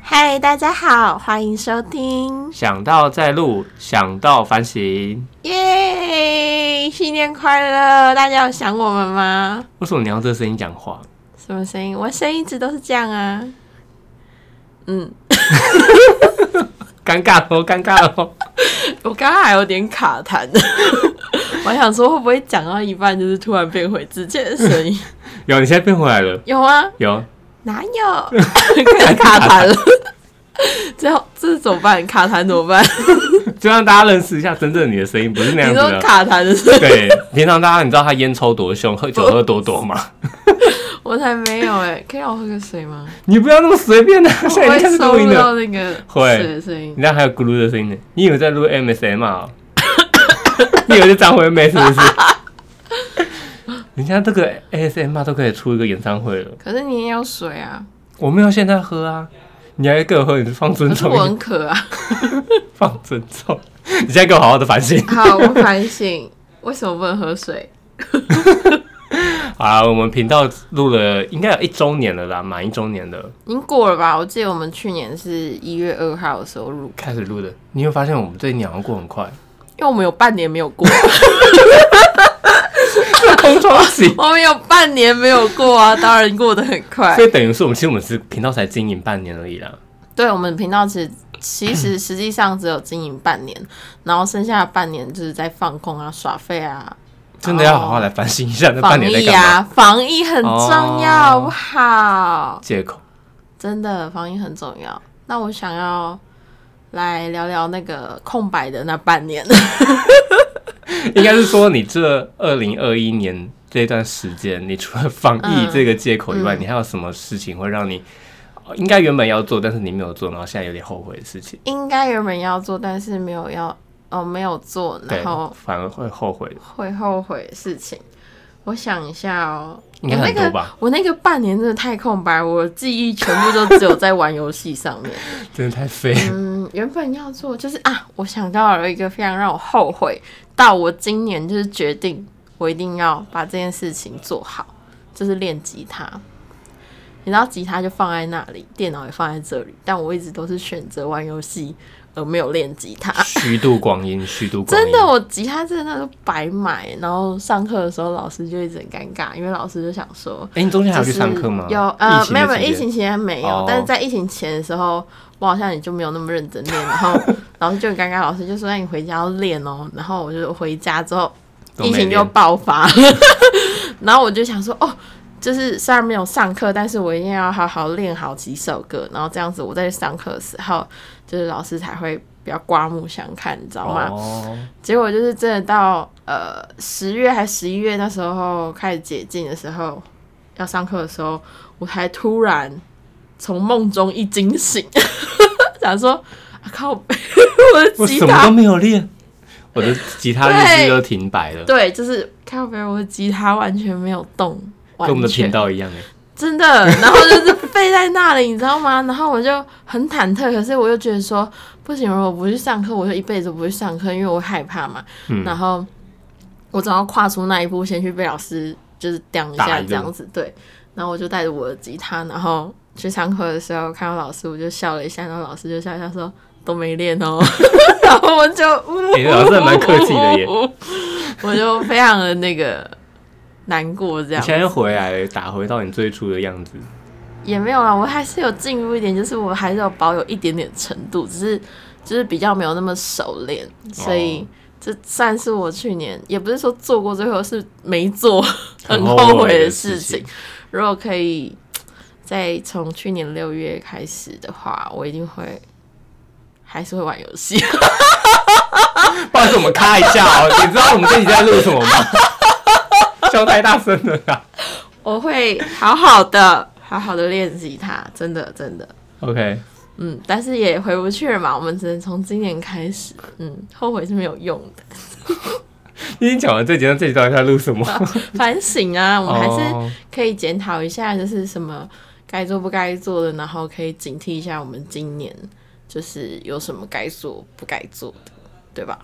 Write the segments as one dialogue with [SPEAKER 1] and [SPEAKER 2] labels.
[SPEAKER 1] 嗨，大家好，欢迎收听，
[SPEAKER 2] 想到在录，想到反省。
[SPEAKER 1] 耶！新年快乐！大家有想我们吗？
[SPEAKER 2] 为什么你要这个声音讲话？
[SPEAKER 1] 什么声音？我声音一直都是这样啊。嗯，
[SPEAKER 2] 尴尬喽，尴尬哦喽。
[SPEAKER 1] 我刚刚还有点卡痰， 我还想说会不会讲到一半就是突然变回之前的声 音？
[SPEAKER 2] 有，你现在变回来了。
[SPEAKER 1] 有啊，
[SPEAKER 2] 有，
[SPEAKER 1] 哪有？可能 卡痰了。 这要这怎么办？卡痰怎么办？
[SPEAKER 2] 就让大家认识一下真正你的声音，不是那样
[SPEAKER 1] 你
[SPEAKER 2] 子
[SPEAKER 1] 说
[SPEAKER 2] 的。
[SPEAKER 1] 卡痰的声音，
[SPEAKER 2] 对，平常大家你知道他烟抽多凶，喝酒喝多多吗？
[SPEAKER 1] 我才没有哎、可以让我喝个水吗？
[SPEAKER 2] 你不要那么随 便的、啊，
[SPEAKER 1] 我
[SPEAKER 2] 现在
[SPEAKER 1] 会
[SPEAKER 2] 开始
[SPEAKER 1] 收
[SPEAKER 2] 录音
[SPEAKER 1] 不
[SPEAKER 2] 了。
[SPEAKER 1] 到那个
[SPEAKER 2] 会
[SPEAKER 1] 水的声音
[SPEAKER 2] 你。知道还有咕噜的声音呢？你以为在录 MSM 啊、你以为是张惠妹是不是？人家这个 ASMR 啊都可以出一个演唱会了，
[SPEAKER 1] 可是你也有水啊，
[SPEAKER 2] 我没有现在喝啊，你还给我喝，你是放尊
[SPEAKER 1] 可是
[SPEAKER 2] 重一
[SPEAKER 1] 我
[SPEAKER 2] 点
[SPEAKER 1] 很渴啊。
[SPEAKER 2] 放尊重。 你现在给我好好的反省。
[SPEAKER 1] 好，我反省，为什么不能喝水？
[SPEAKER 2] 好啦，我们频道录了应该有一周年了啦，满一周年的
[SPEAKER 1] 已经过了吧？我记得我们去年是一月二号的时候录，
[SPEAKER 2] 开始录的，你会发现我们这一年好像过很 快，
[SPEAKER 1] 因为我们有半年没有过，
[SPEAKER 2] 空窗期。
[SPEAKER 1] 我们有半年没有过啊， 当然过得很快
[SPEAKER 2] 所。以等于是我们其实我们是频道才经营半年而已啦。
[SPEAKER 1] 对，我们频道其实其 实实际上只有经营半年，然后剩下的半年就是在放空啊、耍废啊、
[SPEAKER 2] 真的要好好来反省一下，那半
[SPEAKER 1] 防
[SPEAKER 2] 年在
[SPEAKER 1] 疫
[SPEAKER 2] 干嘛？哦
[SPEAKER 1] 啊，防疫很重要，好不好？
[SPEAKER 2] 借口
[SPEAKER 1] 真的，防疫很重要。那我想要来聊聊那个空白的那半年。
[SPEAKER 2] 应该是说你这二零二一年这段时间，你除了防疫
[SPEAKER 1] 嗯
[SPEAKER 2] 这个借口以外，
[SPEAKER 1] 嗯
[SPEAKER 2] 你还有什么事情会让你呃应该原本要做，但是你没有做，然后现在有点后悔的事情？
[SPEAKER 1] 应该原本要做，但是没有要，哦，没有做，
[SPEAKER 2] 对
[SPEAKER 1] 然后，
[SPEAKER 2] 反而会后悔的。
[SPEAKER 1] 会后悔的事情。我想一下哦，
[SPEAKER 2] 应该
[SPEAKER 1] 我
[SPEAKER 2] 很
[SPEAKER 1] 那
[SPEAKER 2] 多
[SPEAKER 1] 个
[SPEAKER 2] 吧
[SPEAKER 1] 我那个半年真的太空白，我的记忆全部都只有在玩游戏上面。
[SPEAKER 2] 真的太废了。
[SPEAKER 1] 嗯，原本要做就是啊，我想到了一个非常让我后悔，到我今年就是决定我一定要把这件事情做好，就是练吉他。你知道吉他就放在那里，电脑也放在这里，但我一直都是选择玩游戏而没有练吉他。
[SPEAKER 2] 虚度光阴，虚度光阴。
[SPEAKER 1] 真的，，我吉他真的那时候白买，然后上课的时候老师就一直很尴尬，因为老师就想说，
[SPEAKER 2] 哎、你中间还
[SPEAKER 1] 就是
[SPEAKER 2] 有去上课吗？
[SPEAKER 1] 有呃，没有没有，
[SPEAKER 2] 的
[SPEAKER 1] 疫
[SPEAKER 2] 期间
[SPEAKER 1] 情期间没有，
[SPEAKER 2] 哦
[SPEAKER 1] 但是在疫情前的时候，我好像也就没有那么认真练，然后老师就很尴尬，老师就说哎那你回家要练哦，然后我就回家之后，
[SPEAKER 2] 都没
[SPEAKER 1] 疫情就
[SPEAKER 2] 练
[SPEAKER 1] 爆发， 然后我就想说哦。就是虽然没有上课，但是我一定要好好练好几首歌，然后这样子我在上课的时候，就是老师才会比较刮目相看，你知道吗？
[SPEAKER 2] 哦，
[SPEAKER 1] 结果就是真的到呃十月还十一月那时候开始解禁的时候，要上课的时候，我才突然从梦中一惊醒， 想说啊靠北，我的
[SPEAKER 2] 我
[SPEAKER 1] 吉
[SPEAKER 2] 什么都
[SPEAKER 1] 他
[SPEAKER 2] 没有练，我的吉他日
[SPEAKER 1] 对
[SPEAKER 2] 志都停摆了，
[SPEAKER 1] 对，就是靠北，我的吉他完全没有动，完
[SPEAKER 2] 跟我们的
[SPEAKER 1] 全
[SPEAKER 2] 频道一样哎、
[SPEAKER 1] 真的，然后就是背在那里，你知道吗？ 然后我就很忐忑，可是我又觉得说不行，如果我不去上课，我就一辈子不去上课，因为我害怕嘛。
[SPEAKER 2] 嗯
[SPEAKER 1] 然后我总要跨出那一步，先去被老师就是刁一
[SPEAKER 2] 打
[SPEAKER 1] 下
[SPEAKER 2] 一顿
[SPEAKER 1] 这样子，对。然后我就带着我的吉他，然后去上课的时候看到老师，我就笑了一下，然后老师就笑一下说都没练 哦，然后我就，
[SPEAKER 2] 哎老师还蛮客气 的耶，
[SPEAKER 1] 我就非常的那个难过这
[SPEAKER 2] 你
[SPEAKER 1] 样。
[SPEAKER 2] 现在又回来了，打回到你最初的样子，
[SPEAKER 1] 也没有啦，我还是有进步一点，就是我还是有保有一点点程度，只是就是比较没有那么熟练，所以这算是我去年也不是说做过最后是没做 很后悔的事情。。如果可以再从去年六月开始的话，我一定会还是会玩游 戏。
[SPEAKER 2] 不好意思，我们咔一下 哦，你知道我们这集在录什么吗？笑太大声了啊啦。
[SPEAKER 1] 我会好好的好好的练习它，真的真的。
[SPEAKER 2] OK，
[SPEAKER 1] 嗯，但是也回不去了嘛，我们只能从今年开始。嗯，后悔是没有用的，
[SPEAKER 2] 你已经讲完这集，那这集到底在录什么？
[SPEAKER 1] 反省啊，我们还是
[SPEAKER 2] 哦
[SPEAKER 1] 可以检讨一下，就是什么该做不该做的，然后可以警惕一下我们今年就是有什么该做不该做的，对吧？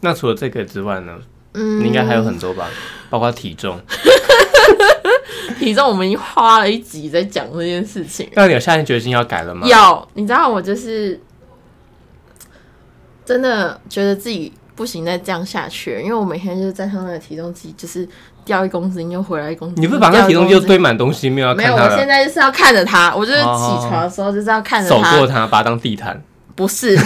[SPEAKER 2] 那除了这个之外呢？
[SPEAKER 1] 嗯，
[SPEAKER 2] 你应该还有很多吧，包括体重。
[SPEAKER 1] 体重我们已经花了一集在讲这件事情了。
[SPEAKER 2] 那你有下定决心要改了吗？
[SPEAKER 1] 有，你知道我就是真的觉得自己不行，再这样下去了，因为我每天就是站上那个体重机，就是掉一公斤又回来一公斤。
[SPEAKER 2] 你不是把那
[SPEAKER 1] 掉
[SPEAKER 2] 个
[SPEAKER 1] 一
[SPEAKER 2] 体重
[SPEAKER 1] 公
[SPEAKER 2] 机就
[SPEAKER 1] 斤
[SPEAKER 2] 堆满东西，没有要
[SPEAKER 1] 没
[SPEAKER 2] 看
[SPEAKER 1] 有，
[SPEAKER 2] 它
[SPEAKER 1] 我现
[SPEAKER 2] 了？
[SPEAKER 1] 在就是要看着它，我就是起
[SPEAKER 2] 哦
[SPEAKER 1] 床的时候就是要看着
[SPEAKER 2] 手
[SPEAKER 1] 它，
[SPEAKER 2] 过它，把它当地毯。
[SPEAKER 1] 不 是，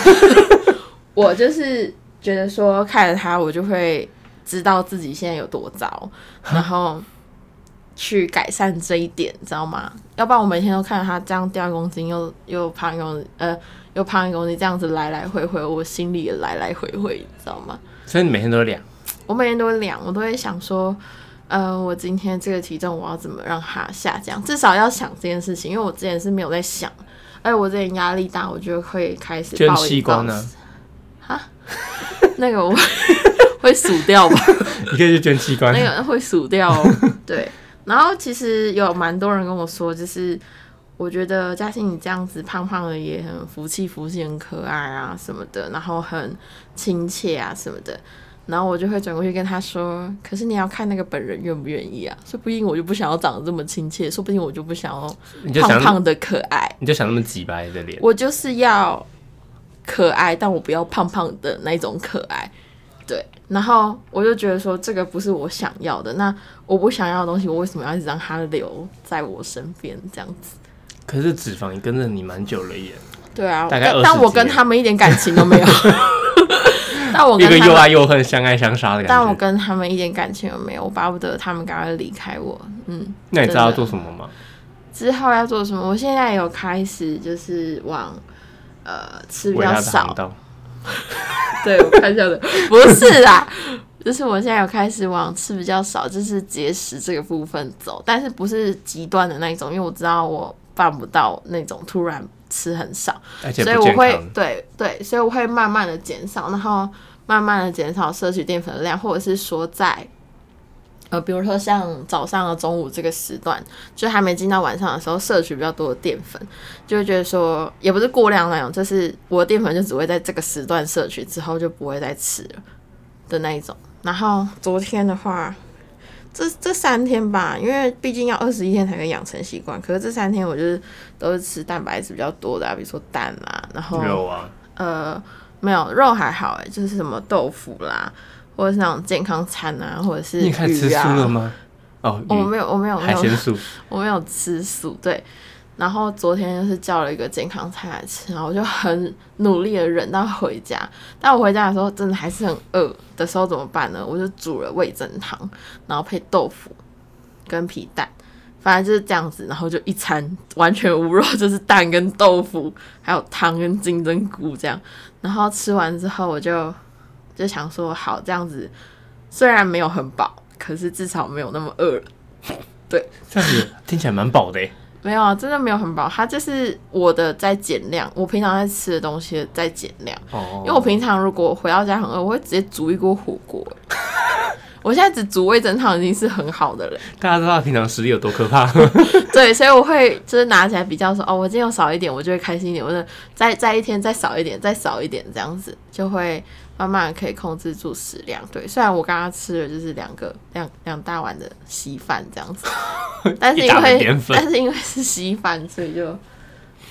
[SPEAKER 1] 我就是觉得说看着它，我就会知道自己现在有多 糟，然后去改善这一点，知道吗？要不然我每天都看着它这样掉一公斤，又又胖一公斤，呃，又胖一公斤，这样子来来回回，我心里也来来回回，你知道吗？
[SPEAKER 2] 所以你每天都量，
[SPEAKER 1] 我每天都会量，我都会想说，呃，我今天这个体重我要怎么让它下降？至少要想这件事情，因为我之前是没有在想。哎，我之前压力大，我就会开始
[SPEAKER 2] 捐
[SPEAKER 1] 暴饮
[SPEAKER 2] 器官啊呢？
[SPEAKER 1] 暴食 那个我会数掉吧，
[SPEAKER 2] 你可以去捐器官
[SPEAKER 1] 那。个会数掉、哦。对，然后其实有蛮多人跟我说，就是我觉得嘉欣你这样子胖胖的也很福气，福气很可爱啊什么的，然后很亲切啊什么的。然后我就会转过去跟他说：“可是你要看那个本人愿不愿意啊，说不定我就不想要长得这么亲切，说不定我就不想要
[SPEAKER 2] 你就
[SPEAKER 1] 胖
[SPEAKER 2] 想，
[SPEAKER 1] 胖的可爱，
[SPEAKER 2] 你就想那么几白的脸，
[SPEAKER 1] 我就是要可爱，但我不要胖胖的那种可爱。对，然后我就觉得说这个不是我想要的，那我不想要的东西，我为什么要一直让它留在我身边这样子？
[SPEAKER 2] 可是脂肪也跟着你蛮久了耶，
[SPEAKER 1] 对啊，
[SPEAKER 2] 大概
[SPEAKER 1] 但
[SPEAKER 2] 20
[SPEAKER 1] 但我
[SPEAKER 2] 几
[SPEAKER 1] 跟
[SPEAKER 2] 年
[SPEAKER 1] 他们一点感情都 没有，但我
[SPEAKER 2] 一
[SPEAKER 1] 跟
[SPEAKER 2] 个
[SPEAKER 1] 他
[SPEAKER 2] 又
[SPEAKER 1] 们，
[SPEAKER 2] 爱又恨、相爱相杀的
[SPEAKER 1] 但我
[SPEAKER 2] 感觉。
[SPEAKER 1] 跟他们一点感情都没有，我巴不得他们赶快离开我。嗯，
[SPEAKER 2] 那你知道要做什么吗？
[SPEAKER 1] 之后要做什么？我现在有开始就是往呃吃比
[SPEAKER 2] 伟大
[SPEAKER 1] 较
[SPEAKER 2] 的
[SPEAKER 1] 少
[SPEAKER 2] 航，道，
[SPEAKER 1] 对我看笑的，不是啦，就是我现在有开始往吃比较少，就是节食这个部分走，但是不是极端的那一种，因为我知道我办不到那种突然吃很少，
[SPEAKER 2] 而且
[SPEAKER 1] 所以
[SPEAKER 2] 不
[SPEAKER 1] 我
[SPEAKER 2] 健
[SPEAKER 1] 会
[SPEAKER 2] 康。
[SPEAKER 1] 对对，所以我会慢慢的减少，然后慢慢的减少摄取淀粉的量，或者是说在。呃，比如说像早上和中午这个时段，就还没进到晚上的时候，摄取比较多的淀粉，就会觉得说，也不是过量那种，就是我的淀粉就只会在这个时段摄取，之后就不会再吃了的那一种。然后昨天的话，这这三天吧，因为毕竟要二十一天才能养成习惯，可是这三天我就是都是吃蛋白质比较多的、啊，比如说蛋啊，然后
[SPEAKER 2] 肉啊，
[SPEAKER 1] 呃，没有肉还好、欸，就是什么豆腐啦，或者是那种健康餐啊，或者是
[SPEAKER 2] 你开始吃
[SPEAKER 1] 鱼
[SPEAKER 2] 素
[SPEAKER 1] 啊。
[SPEAKER 2] 了吗？哦，
[SPEAKER 1] 我
[SPEAKER 2] 鱼
[SPEAKER 1] 没有，我没有，没
[SPEAKER 2] 海
[SPEAKER 1] 有，
[SPEAKER 2] 鲜素，
[SPEAKER 1] 我没有吃素，对。然后昨天就是叫了一个健康餐来吃，然后我就很努力的忍到回家。但我回家的时候真的还是很饿的时候怎么办呢？我就煮了味增汤，然后配豆腐跟皮蛋，反正就是这样子。然后就一餐完全无肉， 就是蛋跟豆腐，还有汤跟金针菇这样。然后吃完之后，我就就想说，好这样子，虽然没有很饱，可是至少没有那么饿了。
[SPEAKER 2] 这样子听起来蛮饱的耶。
[SPEAKER 1] 没有啊，真的没有很饱，它就是我的在减量，我平常在吃的东西在减量。
[SPEAKER 2] 哦
[SPEAKER 1] 因为我平常如果回到家很饿，我会直接煮一锅火锅。 我现在只煮味增汤已经是很好的了，
[SPEAKER 2] 大家知道他平常实力有多可 怕，
[SPEAKER 1] 对，所以我会就是拿起来比较说，哦，我今天有少一点，我就会开心一点，我就再再一天再少一点，再少一点这样子，就会慢慢可以控制住食量。对，虽然我刚刚吃了就是两个两两大碗的稀饭这 样子，但是
[SPEAKER 2] 一
[SPEAKER 1] 因
[SPEAKER 2] 大碗
[SPEAKER 1] 为
[SPEAKER 2] 淀粉
[SPEAKER 1] 但是因为是稀饭，所以就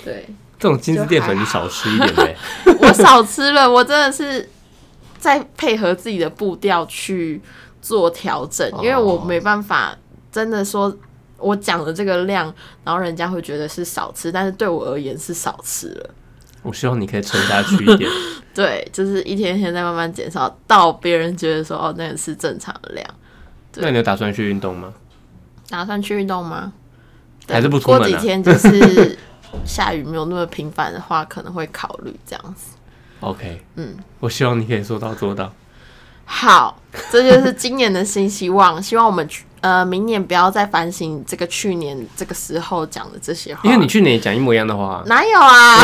[SPEAKER 1] 对。
[SPEAKER 2] 这种精致淀粉你少吃一 点呗。
[SPEAKER 1] 我少吃了，我真的是在配合自己的步调去做调整，
[SPEAKER 2] 哦
[SPEAKER 1] 因为我没办法真的说我讲的这个量，然后人家会觉得是少吃，但是对我而言是少吃了。
[SPEAKER 2] 我希望你可以撑下去一点。
[SPEAKER 1] 对，就是一天一天在慢慢减少，到别人觉得说哦，那个是正常的量。对
[SPEAKER 2] 那你有打算去运动吗？
[SPEAKER 1] 打算去运动吗？对
[SPEAKER 2] 还是不出门
[SPEAKER 1] 过
[SPEAKER 2] 啊
[SPEAKER 1] 几天就是 下雨没有那么频繁的话，可能会考虑这样子。
[SPEAKER 2] OK，
[SPEAKER 1] 嗯，啊
[SPEAKER 2] 我希望你可以说到做到。
[SPEAKER 1] 好，这就是今年的新希望。希望我们去呃明年不要再反省这个去年这个时候讲的这些话。，
[SPEAKER 2] 因为你去年也讲一模一样的话
[SPEAKER 1] 哪有 啊？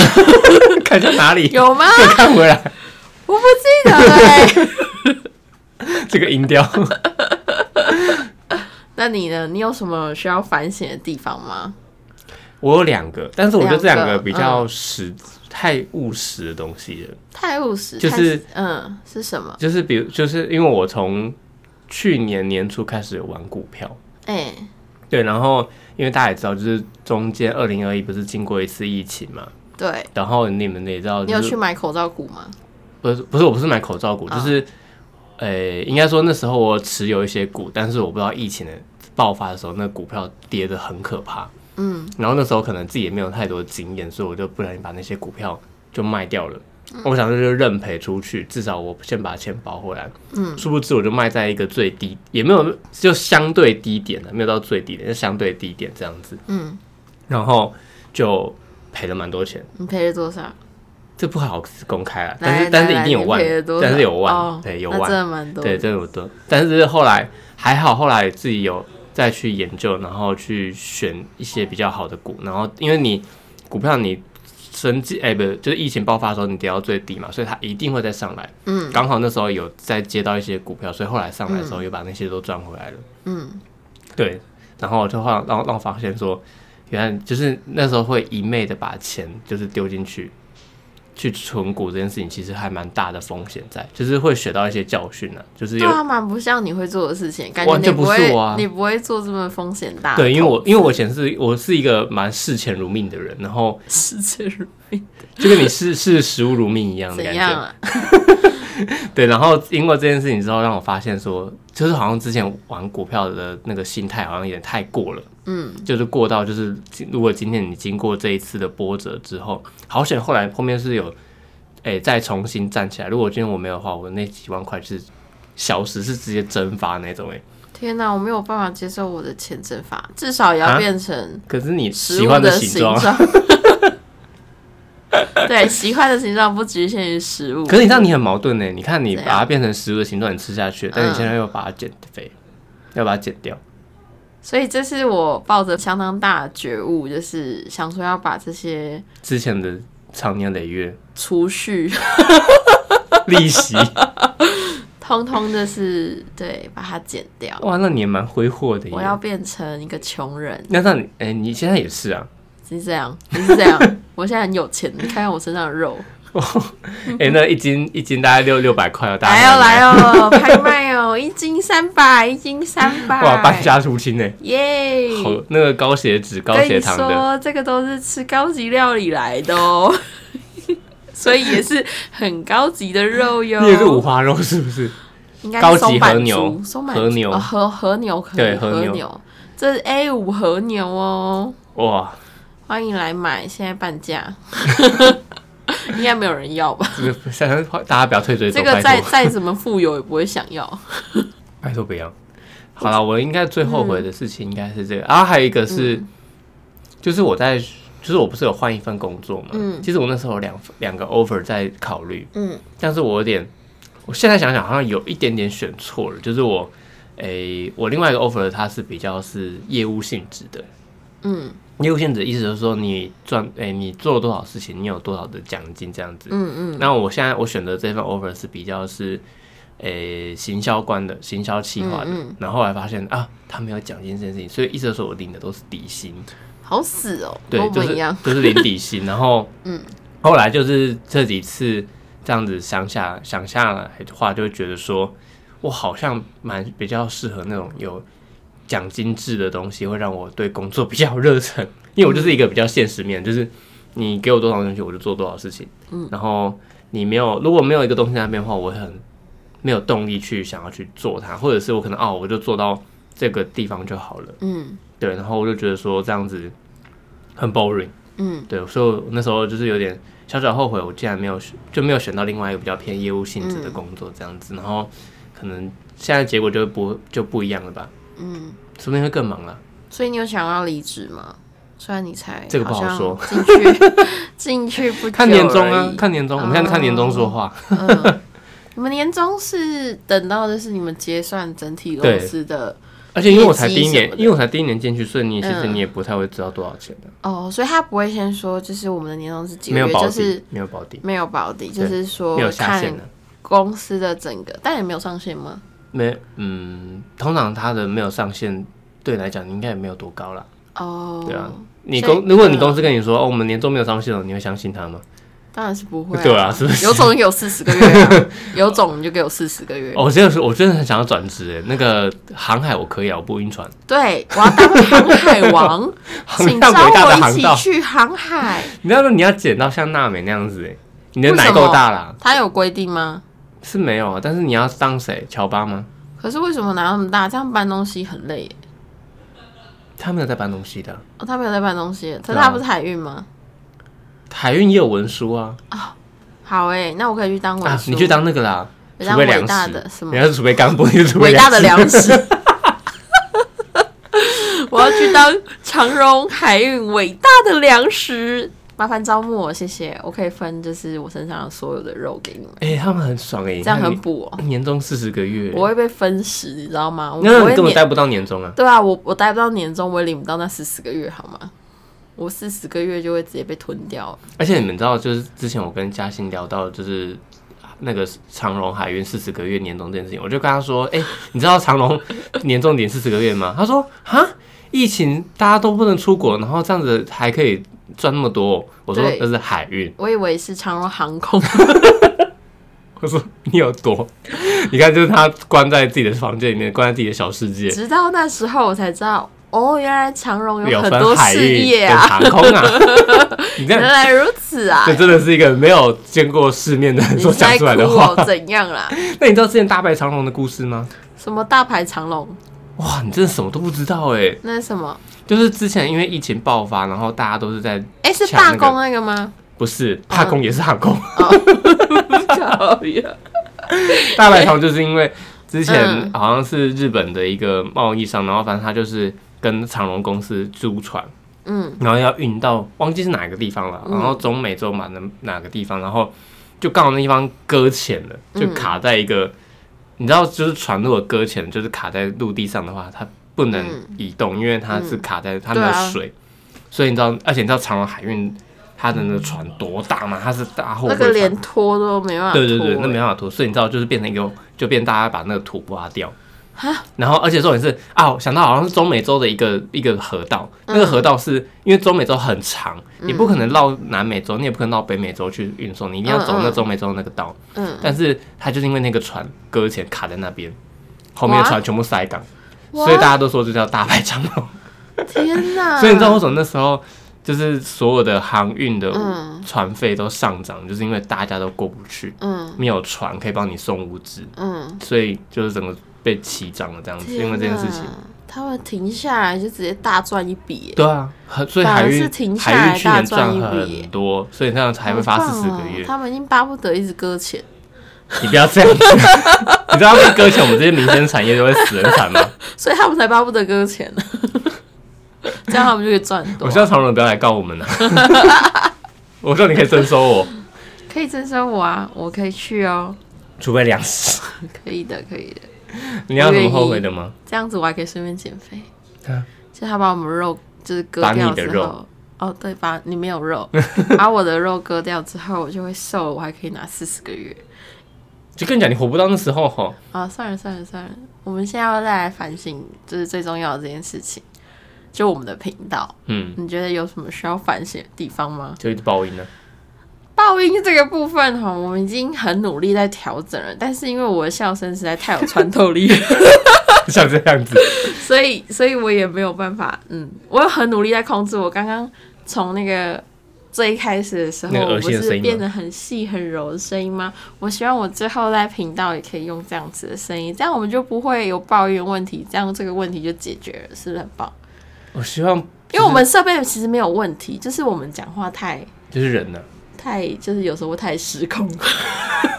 [SPEAKER 2] 看在 哪里？
[SPEAKER 1] 有吗？
[SPEAKER 2] 又看回来，
[SPEAKER 1] 我不记得哎、
[SPEAKER 2] 这个音调。
[SPEAKER 1] 那你呢？你有什么需要反省的地方吗？
[SPEAKER 2] 我有两个，但是我觉得这两
[SPEAKER 1] 两
[SPEAKER 2] 个
[SPEAKER 1] 个
[SPEAKER 2] 比较实、太务实的东西了。
[SPEAKER 1] 太务实，
[SPEAKER 2] 就是
[SPEAKER 1] 太实嗯，是什么？
[SPEAKER 2] 就是比如，就是因为我从去年年初开始玩股票，
[SPEAKER 1] 哎、
[SPEAKER 2] 对，然后因为大家也知道，就是中间二零二一不是经过一次疫情嘛，
[SPEAKER 1] 对，
[SPEAKER 2] 然后你们也知道、
[SPEAKER 1] 你
[SPEAKER 2] 就
[SPEAKER 1] 有
[SPEAKER 2] 是，
[SPEAKER 1] 去买口罩股吗？
[SPEAKER 2] 不是不是我不是买口罩股，
[SPEAKER 1] 啊
[SPEAKER 2] 就是，呃、应该说那时候我持有一些股，但是我不知道疫情的爆发的时候，那股票跌得很可怕。
[SPEAKER 1] 嗯，
[SPEAKER 2] 然后那时候可能自己也没有太多经验，所以我就不小心把那些股票就卖掉了。
[SPEAKER 1] 嗯
[SPEAKER 2] 我想说就认赔出去，至少我先把钱保回来。嗯，殊不知我就卖在一个最低，也没有就相对低点的，没有到最低点，就相对低点这样子。
[SPEAKER 1] 嗯，
[SPEAKER 2] 然后就赔了蛮多钱，
[SPEAKER 1] 你赔了多少？
[SPEAKER 2] 这不好公开啊，但
[SPEAKER 1] 来
[SPEAKER 2] 是但是
[SPEAKER 1] 来
[SPEAKER 2] 一定有
[SPEAKER 1] 来
[SPEAKER 2] 万
[SPEAKER 1] 你赔了，多少
[SPEAKER 2] 但是有
[SPEAKER 1] 哦
[SPEAKER 2] 万，对，有
[SPEAKER 1] 那真
[SPEAKER 2] 万，
[SPEAKER 1] 的蛮多的。
[SPEAKER 2] 对，真的有多。但是后来还好，后来自己有再去研究，然后去选一些比较好的股，然后因为你股票你升级，哎、不就是疫情爆发的时候你跌到最低嘛，所以它一定会再上来。
[SPEAKER 1] 嗯
[SPEAKER 2] 刚好那时候有再接到一些股票，所以后来上来的时候又把那些都赚回来了。
[SPEAKER 1] 嗯，
[SPEAKER 2] 对，然后我就让让让我发现说，原来就是那时候会一昧的把钱就是丢进去，去存股这件事情，其实还蛮大的风险在，就是会学到一些教训啊，就是
[SPEAKER 1] 对
[SPEAKER 2] 有
[SPEAKER 1] 啊，蛮不像你会做的事情，感觉
[SPEAKER 2] 完
[SPEAKER 1] 你
[SPEAKER 2] 全不是
[SPEAKER 1] 会，
[SPEAKER 2] 我啊
[SPEAKER 1] 你不会做这么风险大的
[SPEAKER 2] 对，因为我因为我以前是我是一个蛮视钱如命的人，然后
[SPEAKER 1] 事情是
[SPEAKER 2] 就跟你视视食物如命一样的
[SPEAKER 1] 怎
[SPEAKER 2] 感
[SPEAKER 1] 样
[SPEAKER 2] 觉，
[SPEAKER 1] 啊？
[SPEAKER 2] 对，然后因为这件事情之后，让我发现说，就是好像之前玩股票的那个心态好像有点太过了。
[SPEAKER 1] 嗯，
[SPEAKER 2] 就是过到就是，如果今天你经过这一次的波折之后，好险后来后面是有，哎、再重新站起来。如果今天我没有的话，我那几万块是消失，是直接蒸发那种哎、
[SPEAKER 1] 天哪，我没有办法接受我的钱蒸法，至少也要
[SPEAKER 2] 啊
[SPEAKER 1] 变成
[SPEAKER 2] 可是你
[SPEAKER 1] 食
[SPEAKER 2] 喜
[SPEAKER 1] 物
[SPEAKER 2] 欢
[SPEAKER 1] 的
[SPEAKER 2] 形状，
[SPEAKER 1] 状。 对，喜欢的形状不局限于食物。
[SPEAKER 2] 可是你这样你很矛盾呢、你看你
[SPEAKER 1] 怎
[SPEAKER 2] 把
[SPEAKER 1] 样
[SPEAKER 2] 它变成食物的形状，你吃下去，但
[SPEAKER 1] 嗯
[SPEAKER 2] 你现在又把它减肥，要把它减掉。
[SPEAKER 1] 所以这是我抱着相当大的觉悟，就是想说要把这些
[SPEAKER 2] 之前的长年累月
[SPEAKER 1] 储蓄，
[SPEAKER 2] 利息，
[SPEAKER 1] 通通就是对把它减掉。
[SPEAKER 2] 哇，那你也蛮挥霍的耶。
[SPEAKER 1] 我要变成一个穷人，
[SPEAKER 2] 那让你，哎、你现在也是啊。
[SPEAKER 1] 是这样，你是这样。我现在很有钱，你看看我身上的肉，
[SPEAKER 2] 哎、那一斤一斤大概六六百块哦，大家
[SPEAKER 1] 来哦嗯
[SPEAKER 2] 买买
[SPEAKER 1] 来哦，拍卖哦，一斤三百，一斤三百，
[SPEAKER 2] 哇，搬家出清呢，
[SPEAKER 1] 耶！
[SPEAKER 2] 好那个高血脂、高
[SPEAKER 1] 跟
[SPEAKER 2] 血
[SPEAKER 1] 你
[SPEAKER 2] 糖的，
[SPEAKER 1] 说，这个都是吃高级料理来的哦， 所以也是很高级的肉哟。
[SPEAKER 2] 你也是五花肉是不是？
[SPEAKER 1] 应该是
[SPEAKER 2] 高级
[SPEAKER 1] 松板
[SPEAKER 2] 和牛
[SPEAKER 1] 猪松板
[SPEAKER 2] 和牛
[SPEAKER 1] 哦和和牛可以，
[SPEAKER 2] 对和
[SPEAKER 1] 和
[SPEAKER 2] 牛
[SPEAKER 1] 这是 A 五和牛哦，
[SPEAKER 2] 哇，
[SPEAKER 1] 欢迎来买，现在半价， 应该没有人要 吧？
[SPEAKER 2] 这个想想大家不要退追走，
[SPEAKER 1] 这个再
[SPEAKER 2] 拜托，
[SPEAKER 1] 再怎么富有也不会想要。
[SPEAKER 2] 拜托不要。好了，我应该最后悔的事情应该是
[SPEAKER 1] 嗯
[SPEAKER 2] 这个，然后还有一个是，就是我在，就是我不是有换一份工作嘛，
[SPEAKER 1] 嗯
[SPEAKER 2] 其实我那时候有两两个 offer 在考虑，
[SPEAKER 1] 嗯
[SPEAKER 2] 但是我有点，我现在想想好像有一点点选错了，就是我，诶、我另外一个 offer 它是比较是业务性质的，
[SPEAKER 1] 嗯
[SPEAKER 2] 业务性质意思就是说你赚，诶、你做了多少事情，你有多少的奖金这样子。
[SPEAKER 1] 嗯嗯
[SPEAKER 2] 那我现在我选择这份 offer 是比较是，诶、行销官的行销企划的，
[SPEAKER 1] 嗯嗯
[SPEAKER 2] 然后后来发现啊，他没有奖金这件事情，所以意思就是说我领的都是底薪，
[SPEAKER 1] 好死哦，
[SPEAKER 2] 对
[SPEAKER 1] 跟，我
[SPEAKER 2] 就
[SPEAKER 1] 们
[SPEAKER 2] 是
[SPEAKER 1] 一样。
[SPEAKER 2] 就是领底薪，然后
[SPEAKER 1] 嗯，
[SPEAKER 2] 后来就是这几次这样子想下想下来的话，就会觉得说我好像蛮比较适合那种有奖金制的东西，会让我对工作比较有热忱，因为我就是一个比较现实面，就是你给我多少东西，我就做多少事情。嗯，然后你没有如果没有一个东西在那边的话，我会很没有动力去想要去做它，或者是我可能哦，我就做到这个地方就好了。
[SPEAKER 1] 嗯
[SPEAKER 2] 对，然后我就觉得说这样子很 boring。
[SPEAKER 1] 嗯
[SPEAKER 2] 对，所以我那时候就是有点小小后悔，我竟然没有选，就没有选到另外一个比较偏业务性
[SPEAKER 1] 嗯
[SPEAKER 2] 质的工作这样子，然后可能现在结果就不就不一样了吧，
[SPEAKER 1] 嗯，
[SPEAKER 2] 说不定会更忙啊了。
[SPEAKER 1] 所以你有想要离职吗？虽然你才
[SPEAKER 2] 这个不好
[SPEAKER 1] 像
[SPEAKER 2] 说，
[SPEAKER 1] 进去 进去不久
[SPEAKER 2] 看年终
[SPEAKER 1] 而
[SPEAKER 2] 啊
[SPEAKER 1] 已，
[SPEAKER 2] 看年终，我们现在看年终说话。
[SPEAKER 1] 嗯，你们年终是等到就是你们结算整体公司的
[SPEAKER 2] 而且因为我才第一
[SPEAKER 1] 业
[SPEAKER 2] 年
[SPEAKER 1] 绩什么，的
[SPEAKER 2] 因为我才第一年进去，所以你其实
[SPEAKER 1] 嗯
[SPEAKER 2] 你也不太会知道多少钱的，
[SPEAKER 1] 哦，所以他不会先说就是我们的年终是几个
[SPEAKER 2] 没有
[SPEAKER 1] 月，
[SPEAKER 2] 保
[SPEAKER 1] 就是
[SPEAKER 2] 底，没有保底，
[SPEAKER 1] 没有保底，就是说
[SPEAKER 2] 没有下
[SPEAKER 1] 看
[SPEAKER 2] 限的，
[SPEAKER 1] 公司的整个，但也没有上限吗？
[SPEAKER 2] 没嗯，通常它的没有上限，对你来讲应该也没有多高啦。
[SPEAKER 1] 哦，
[SPEAKER 2] 对啊你
[SPEAKER 1] 所以
[SPEAKER 2] 公如果
[SPEAKER 1] 嗯
[SPEAKER 2] 你哦公司跟你说哦，我们年终没有上限了，你会相信他吗？
[SPEAKER 1] 当然是不会、
[SPEAKER 2] 对啊是不是
[SPEAKER 1] 有种你给我四十个月、 啊，有种你就给我四十个月。
[SPEAKER 2] 哦我真的是，我真的很想要转职欸诶。那个航海我可以啊，我不晕船。
[SPEAKER 1] 对，我要当航海王，
[SPEAKER 2] 航
[SPEAKER 1] 请
[SPEAKER 2] 向
[SPEAKER 1] 招
[SPEAKER 2] 伟大的
[SPEAKER 1] 我一
[SPEAKER 2] 航
[SPEAKER 1] 起
[SPEAKER 2] 道，
[SPEAKER 1] 去航海。
[SPEAKER 2] 你要说你要减到像娜美那样子诶，欸你的
[SPEAKER 1] 为
[SPEAKER 2] 奶
[SPEAKER 1] 什
[SPEAKER 2] 够
[SPEAKER 1] 么
[SPEAKER 2] 大啦，
[SPEAKER 1] 他有规定吗？
[SPEAKER 2] 是没有啊。但是你要当谁？乔巴吗？
[SPEAKER 1] 可是为什么拿那么大？这样搬东西很累耶。
[SPEAKER 2] 他没有在搬东西的，啊
[SPEAKER 1] 哦，他没有在搬东西耶，可是
[SPEAKER 2] 对啊
[SPEAKER 1] 他不是海运吗？
[SPEAKER 2] 海运也有文书啊
[SPEAKER 1] 好哎、那我可以去当文
[SPEAKER 2] 啊，
[SPEAKER 1] 书，
[SPEAKER 2] 你去当那个啦，
[SPEAKER 1] 我
[SPEAKER 2] 储
[SPEAKER 1] 当
[SPEAKER 2] 备
[SPEAKER 1] 伟
[SPEAKER 2] 粮
[SPEAKER 1] 大
[SPEAKER 2] 食
[SPEAKER 1] 的什，么
[SPEAKER 2] 你要是储备干部，你是储备
[SPEAKER 1] 伟大的
[SPEAKER 2] 粮食
[SPEAKER 1] 粮食。 我要去当长荣海运伟大的粮食，麻烦招募我，谢谢。我可以分就是我身上所有的肉给你们，
[SPEAKER 2] 哎、他们很爽哎、欸，
[SPEAKER 1] 这样
[SPEAKER 2] 你看
[SPEAKER 1] 很补哦。
[SPEAKER 2] 你年终四十个月、欸
[SPEAKER 1] 我会被分食，你知道吗？我
[SPEAKER 2] 那
[SPEAKER 1] 我
[SPEAKER 2] 你
[SPEAKER 1] 会
[SPEAKER 2] 根本
[SPEAKER 1] 年
[SPEAKER 2] 待不到年终啊！
[SPEAKER 1] 对啊，我我待不到年终，我也领不到那四十个月，好吗？我四十个月就会直接被吞掉了。
[SPEAKER 2] 而且你们知道，就是之前我跟嘉欣聊到，就是那个长荣海运四十个月年终这件事情，我就跟他说：“哎、你知道长荣年终领四十个月吗？”他说：“哈，疫情大家都不能出国，然后这样子还可以赚那么多哦、我说：“
[SPEAKER 1] 对
[SPEAKER 2] 那是海运。
[SPEAKER 1] 我以为是长荣航空，
[SPEAKER 2] 我说：“你有多？ 你看，就是他关在自己的房间里面，关在自己的小世界，
[SPEAKER 1] 直到那时候我才知道，哦，原来长荣
[SPEAKER 2] 有
[SPEAKER 1] 很
[SPEAKER 2] 分
[SPEAKER 1] 多
[SPEAKER 2] 海
[SPEAKER 1] 事
[SPEAKER 2] 运
[SPEAKER 1] 业
[SPEAKER 2] 跟
[SPEAKER 1] 啊，
[SPEAKER 2] 航空啊。 你这
[SPEAKER 1] 原
[SPEAKER 2] 样，
[SPEAKER 1] 来如此啊
[SPEAKER 2] 这！真的是一个没有见过世面的人
[SPEAKER 1] 你
[SPEAKER 2] 所
[SPEAKER 1] 是
[SPEAKER 2] 讲
[SPEAKER 1] 在哭
[SPEAKER 2] 出
[SPEAKER 1] 哦
[SPEAKER 2] 来的话
[SPEAKER 1] 我。怎样啦？
[SPEAKER 2] 那你知道之前大白长龙的故事吗？
[SPEAKER 1] 什么大排长龙？
[SPEAKER 2] 哇，你真的什么都不知道哎、
[SPEAKER 1] 那是什么？
[SPEAKER 2] 就是之前因为疫情爆发，然后大家都是在
[SPEAKER 1] 哎、是
[SPEAKER 2] 抢那
[SPEAKER 1] 罢
[SPEAKER 2] 个
[SPEAKER 1] 工那个 吗？
[SPEAKER 2] 不是罢工也是航空，
[SPEAKER 1] 讨 厌。
[SPEAKER 2] 大白长龙就是因为之前
[SPEAKER 1] 嗯
[SPEAKER 2] 好像是日本的一个贸易商，然后反正他就是跟长龙公司租船，
[SPEAKER 1] 嗯，
[SPEAKER 2] 然后要运到忘记是哪个地方了，
[SPEAKER 1] 嗯
[SPEAKER 2] 然后中美洲嘛，哪哪个地方，然后就刚好那地方搁浅了，就
[SPEAKER 1] 嗯
[SPEAKER 2] 卡在一个，你知道，就是船如果搁浅，就是卡在陆地上的话，它不能
[SPEAKER 1] 嗯
[SPEAKER 2] 移动，因为它是卡在它没
[SPEAKER 1] 对
[SPEAKER 2] 有
[SPEAKER 1] 啊
[SPEAKER 2] 水，所以你知道，而且你知道长荣海运它的那个船多大吗？它是大货
[SPEAKER 1] 嗯那
[SPEAKER 2] 柜
[SPEAKER 1] 个
[SPEAKER 2] 船，
[SPEAKER 1] 连拖都没办法拖、欸
[SPEAKER 2] 对对对，那没
[SPEAKER 1] 有。
[SPEAKER 2] 办法涂，所以你知道就是变成一个，就变大家把那个土挖掉。然后，而且重点是啊，我想到好像是中美洲的一个一个河道，
[SPEAKER 1] 嗯
[SPEAKER 2] 那个河道是因为中美洲很长，你不可能绕南美洲，你也不可能到北美洲去运送，你一定要走那中美洲那个道。
[SPEAKER 1] 嗯，
[SPEAKER 2] 但是它就是因为那个船搁浅卡在那边，后面的
[SPEAKER 1] 哇
[SPEAKER 2] 船全部塞港，
[SPEAKER 1] 哇
[SPEAKER 2] 所以大家都说这叫大排长龙。
[SPEAKER 1] 天哪！
[SPEAKER 2] 所以你知道为什么那时候就是所有的航运的
[SPEAKER 1] 嗯
[SPEAKER 2] 船费都上涨，就是因为大家都过不去。
[SPEAKER 1] 嗯
[SPEAKER 2] 没有船可以帮你送物资，
[SPEAKER 1] 嗯，
[SPEAKER 2] 所以就是整个被起涨了这样子，因为这件事情
[SPEAKER 1] 天。哪，他们停下来就直接大赚一笔耶。
[SPEAKER 2] 对啊，很所以
[SPEAKER 1] 反而
[SPEAKER 2] 海
[SPEAKER 1] 是
[SPEAKER 2] 运
[SPEAKER 1] 停下来
[SPEAKER 2] 海运去年
[SPEAKER 1] 大赚
[SPEAKER 2] 赚
[SPEAKER 1] 一笔
[SPEAKER 2] 很多，所以这样才会发
[SPEAKER 1] 好棒啊
[SPEAKER 2] 四十
[SPEAKER 1] 哦
[SPEAKER 2] 个月。
[SPEAKER 1] 他们已经巴不得一直搁浅。
[SPEAKER 2] 你不要这样子，你知道被搁浅，我们这些民生产业都会死 人惨吗？
[SPEAKER 1] 所以他们才巴不得搁浅呢，这样他们就可以赚很多
[SPEAKER 2] 我希望长荣不要来告我们了。啊我说你可以征收我，
[SPEAKER 1] 可以征收我啊，我可以去哦，
[SPEAKER 2] 储备粮食。
[SPEAKER 1] 可以的，可以的。
[SPEAKER 2] 你要有什么后悔的吗？
[SPEAKER 1] 这样子我还可以顺便减肥
[SPEAKER 2] 啊。
[SPEAKER 1] 就他把我们肉就是割
[SPEAKER 2] 把
[SPEAKER 1] 掉
[SPEAKER 2] 你的
[SPEAKER 1] 之
[SPEAKER 2] 肉
[SPEAKER 1] 后，哦对，把你没有肉，把我的肉割掉之后，我就会瘦，我还可以拿四十个月。
[SPEAKER 2] 就跟你讲，你活不到那时候吼。
[SPEAKER 1] 啊，算了算了算了，我们现在要再来反省，就是最重要的这件事情，就我们的频道，
[SPEAKER 2] 嗯，
[SPEAKER 1] 你觉得有什么需要反省的地方吗？
[SPEAKER 2] 就一直报应呢。
[SPEAKER 1] 爆音这个部分哈，我们已经很努力在调整了，但是因为我的笑声实在太有 穿透力了，
[SPEAKER 2] 像这样子，
[SPEAKER 1] 所以所以我也没有办法，嗯，我有很努力在控制我刚刚从那个。最一开始的时候，
[SPEAKER 2] 那个
[SPEAKER 1] 我
[SPEAKER 2] 恶
[SPEAKER 1] 不
[SPEAKER 2] 心的声
[SPEAKER 1] 是
[SPEAKER 2] 音吗
[SPEAKER 1] 变得很细很柔的声音吗？我希望我之后在频道也可以用这样子的声音，这样我们就不会有抱怨问题，这样这个问题就解决了，是不是很棒？
[SPEAKER 2] 我希望
[SPEAKER 1] 因为我们设备其实没有问题，就是我们讲话太
[SPEAKER 2] 就是人呢、
[SPEAKER 1] 太就是有时候太失控了。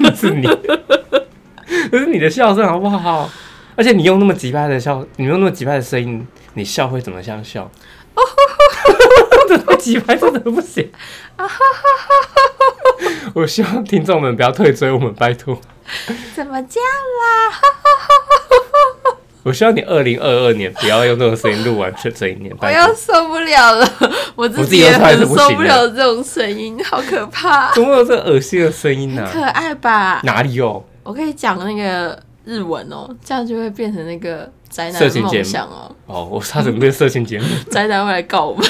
[SPEAKER 2] 那是你， 那是你的笑声好不好？而且你用那么急拍的笑，你用那么急拍的声音，你笑会怎么像笑？ 这太急拍真的不行。 我希望听众们不要退追我们，拜托。
[SPEAKER 1] 怎么这样？
[SPEAKER 2] 我希望你二零二二年不要用这种声音录完这这一年，
[SPEAKER 1] 我
[SPEAKER 2] 拜
[SPEAKER 1] 又
[SPEAKER 2] 托。
[SPEAKER 1] 受不了了， 我自
[SPEAKER 2] 自己
[SPEAKER 1] 己也
[SPEAKER 2] 又突然
[SPEAKER 1] 很
[SPEAKER 2] 就不
[SPEAKER 1] 受
[SPEAKER 2] 行
[SPEAKER 1] 不
[SPEAKER 2] 了啊
[SPEAKER 1] 了这种声音，好可怕，
[SPEAKER 2] 怎么会有这恶心的声音呢、
[SPEAKER 1] 可爱吧？
[SPEAKER 2] 哪里有？
[SPEAKER 1] 我可以讲那个日文哦，这样就会变成那个宅男
[SPEAKER 2] 色
[SPEAKER 1] 的
[SPEAKER 2] 情节
[SPEAKER 1] 梦
[SPEAKER 2] 目
[SPEAKER 1] 想哦，
[SPEAKER 2] 哦，我差点被色情节目。
[SPEAKER 1] 宅男会来告我们。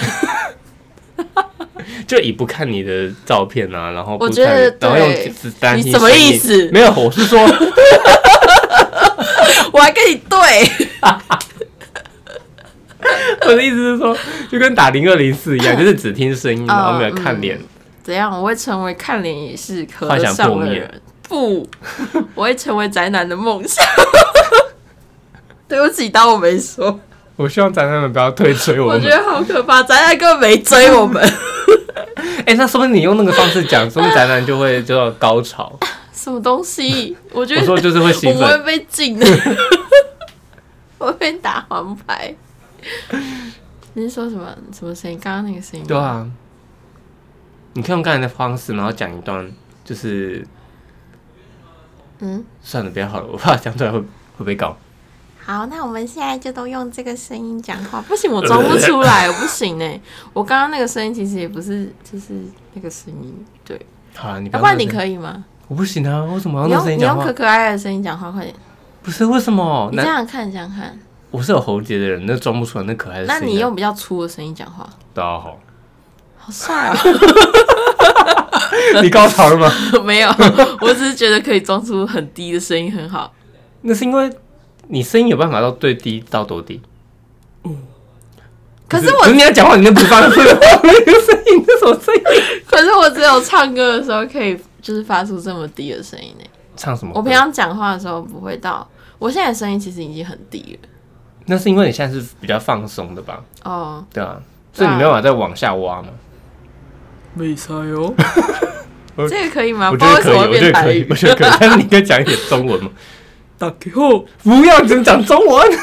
[SPEAKER 2] 就以不看你的照片啊，然后不
[SPEAKER 1] 我觉得
[SPEAKER 2] 看然后
[SPEAKER 1] 对
[SPEAKER 2] 用只单
[SPEAKER 1] 你
[SPEAKER 2] 一
[SPEAKER 1] 什么
[SPEAKER 2] 声
[SPEAKER 1] 意
[SPEAKER 2] 音
[SPEAKER 1] 思
[SPEAKER 2] 没有，我是说
[SPEAKER 1] 我还跟你对，
[SPEAKER 2] 我的意思是说，就跟打零二零四 一样，就是只听声音，然
[SPEAKER 1] 哦
[SPEAKER 2] 后没有看脸。
[SPEAKER 1] 怎样？我会成为看脸也是合
[SPEAKER 2] 幻
[SPEAKER 1] 得
[SPEAKER 2] 想
[SPEAKER 1] 上
[SPEAKER 2] 破
[SPEAKER 1] 的
[SPEAKER 2] 灭
[SPEAKER 1] 人，不，我会成为宅男的梦 想。对不起，当我没说，
[SPEAKER 2] 我希望宅男们不要退追我
[SPEAKER 1] 我觉
[SPEAKER 2] 们。
[SPEAKER 1] 得好可怕，宅男根本没追我们，
[SPEAKER 2] 哎、那说不定你用那个方式讲，说不定宅男就会就要 高潮。
[SPEAKER 1] 什么东西？我觉
[SPEAKER 2] 我
[SPEAKER 1] 得
[SPEAKER 2] 说就是会兴
[SPEAKER 1] 我们
[SPEAKER 2] 奋，
[SPEAKER 1] 会被禁的， 我会被打黄牌。你是说什么什么声音？刚刚那个声音？
[SPEAKER 2] 对啊。你可以用刚才的方式，然后讲一段，就是
[SPEAKER 1] 嗯，
[SPEAKER 2] 算了，不要好了，我怕讲出来会会被告。
[SPEAKER 1] 好，那我们现在就都用这个声音讲话。不行，我装不出 来，我不行呢、
[SPEAKER 2] 欸
[SPEAKER 1] 我刚刚那个声音其实也不是，就是那个声音。对，
[SPEAKER 2] 好啊了，你不
[SPEAKER 1] 要啊
[SPEAKER 2] 要
[SPEAKER 1] 不然你
[SPEAKER 2] 那个声
[SPEAKER 1] 可
[SPEAKER 2] 音，
[SPEAKER 1] 以吗？
[SPEAKER 2] 我不行啊，我怎么要
[SPEAKER 1] 你
[SPEAKER 2] 用
[SPEAKER 1] 用
[SPEAKER 2] 声音
[SPEAKER 1] 你
[SPEAKER 2] 讲
[SPEAKER 1] 用
[SPEAKER 2] 话
[SPEAKER 1] 可？可爱爱的声音讲话，快点！
[SPEAKER 2] 不是为什么？
[SPEAKER 1] 你这
[SPEAKER 2] 那
[SPEAKER 1] 样看，这样看。
[SPEAKER 2] 我是有喉结的人，那装不出来那可爱的声
[SPEAKER 1] 那
[SPEAKER 2] 音啊。
[SPEAKER 1] 你用比较粗的声音讲话，
[SPEAKER 2] 大家好，
[SPEAKER 1] 好帅啊！
[SPEAKER 2] 你高潮了吗？
[SPEAKER 1] 没有，我只是觉得可以装出很低的声音，很好。
[SPEAKER 2] 那是因为你声音有办法到最低到多低。
[SPEAKER 1] 可是我
[SPEAKER 2] 你要讲话，你那不是发 出那个声音，那什么声音？
[SPEAKER 1] 可是我只有唱歌的时候可以，就是发出这么低的声音呢。欸
[SPEAKER 2] 唱什么歌？
[SPEAKER 1] 我平常讲话的时候不会到，我现在的声音其实已经很低了。
[SPEAKER 2] 那是因为你现在是比较放松的吧？
[SPEAKER 1] 哦，
[SPEAKER 2] 对啊，
[SPEAKER 1] 对
[SPEAKER 2] 所
[SPEAKER 1] 啊
[SPEAKER 2] 以你没有办法再往下挖嘛。
[SPEAKER 1] 没塞哦
[SPEAKER 2] 我
[SPEAKER 1] 这个可以吗？
[SPEAKER 2] 我
[SPEAKER 1] 不知
[SPEAKER 2] 觉
[SPEAKER 1] 道
[SPEAKER 2] 得
[SPEAKER 1] 为什
[SPEAKER 2] 可以，
[SPEAKER 1] 么会
[SPEAKER 2] 我觉
[SPEAKER 1] 变台语，
[SPEAKER 2] 得可以我。觉得可以。 但是你应该讲一点中文嘛？
[SPEAKER 3] 大家好，
[SPEAKER 2] 不要只讲中文。